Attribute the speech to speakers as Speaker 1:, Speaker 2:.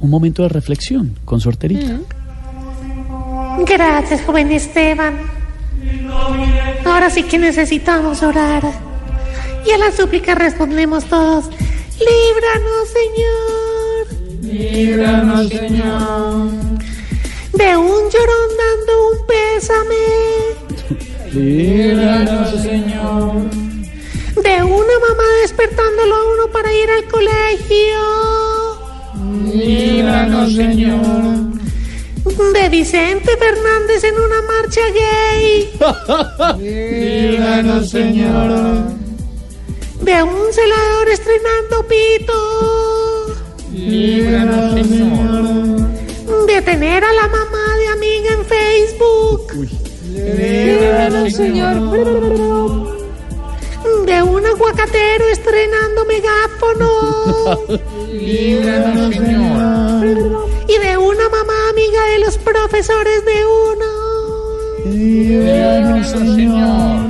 Speaker 1: un momento de reflexión con Sorterita.
Speaker 2: Gracias, joven Esteban. Ahora sí que necesitamos orar. Y a la súplica respondemos todos. Líbranos, Señor. Líbranos, Señor. De un llorón dando un pésame. Líbranos, Señor. De una mamá despertándolo a uno para ir al colegio. de Vicente Fernández en una marcha gay. Líbranos, Señor. De un celador estrenando pito. Líbranos, Señor. De tener a la mamá de amiga en Facebook.
Speaker 3: Líbranos, Señor.
Speaker 2: De un aguacatero estrenando megáfono.
Speaker 3: Líbranos, Señor.
Speaker 2: y de una mamá amiga de los profesores de uno.
Speaker 3: Líbranos, Señor.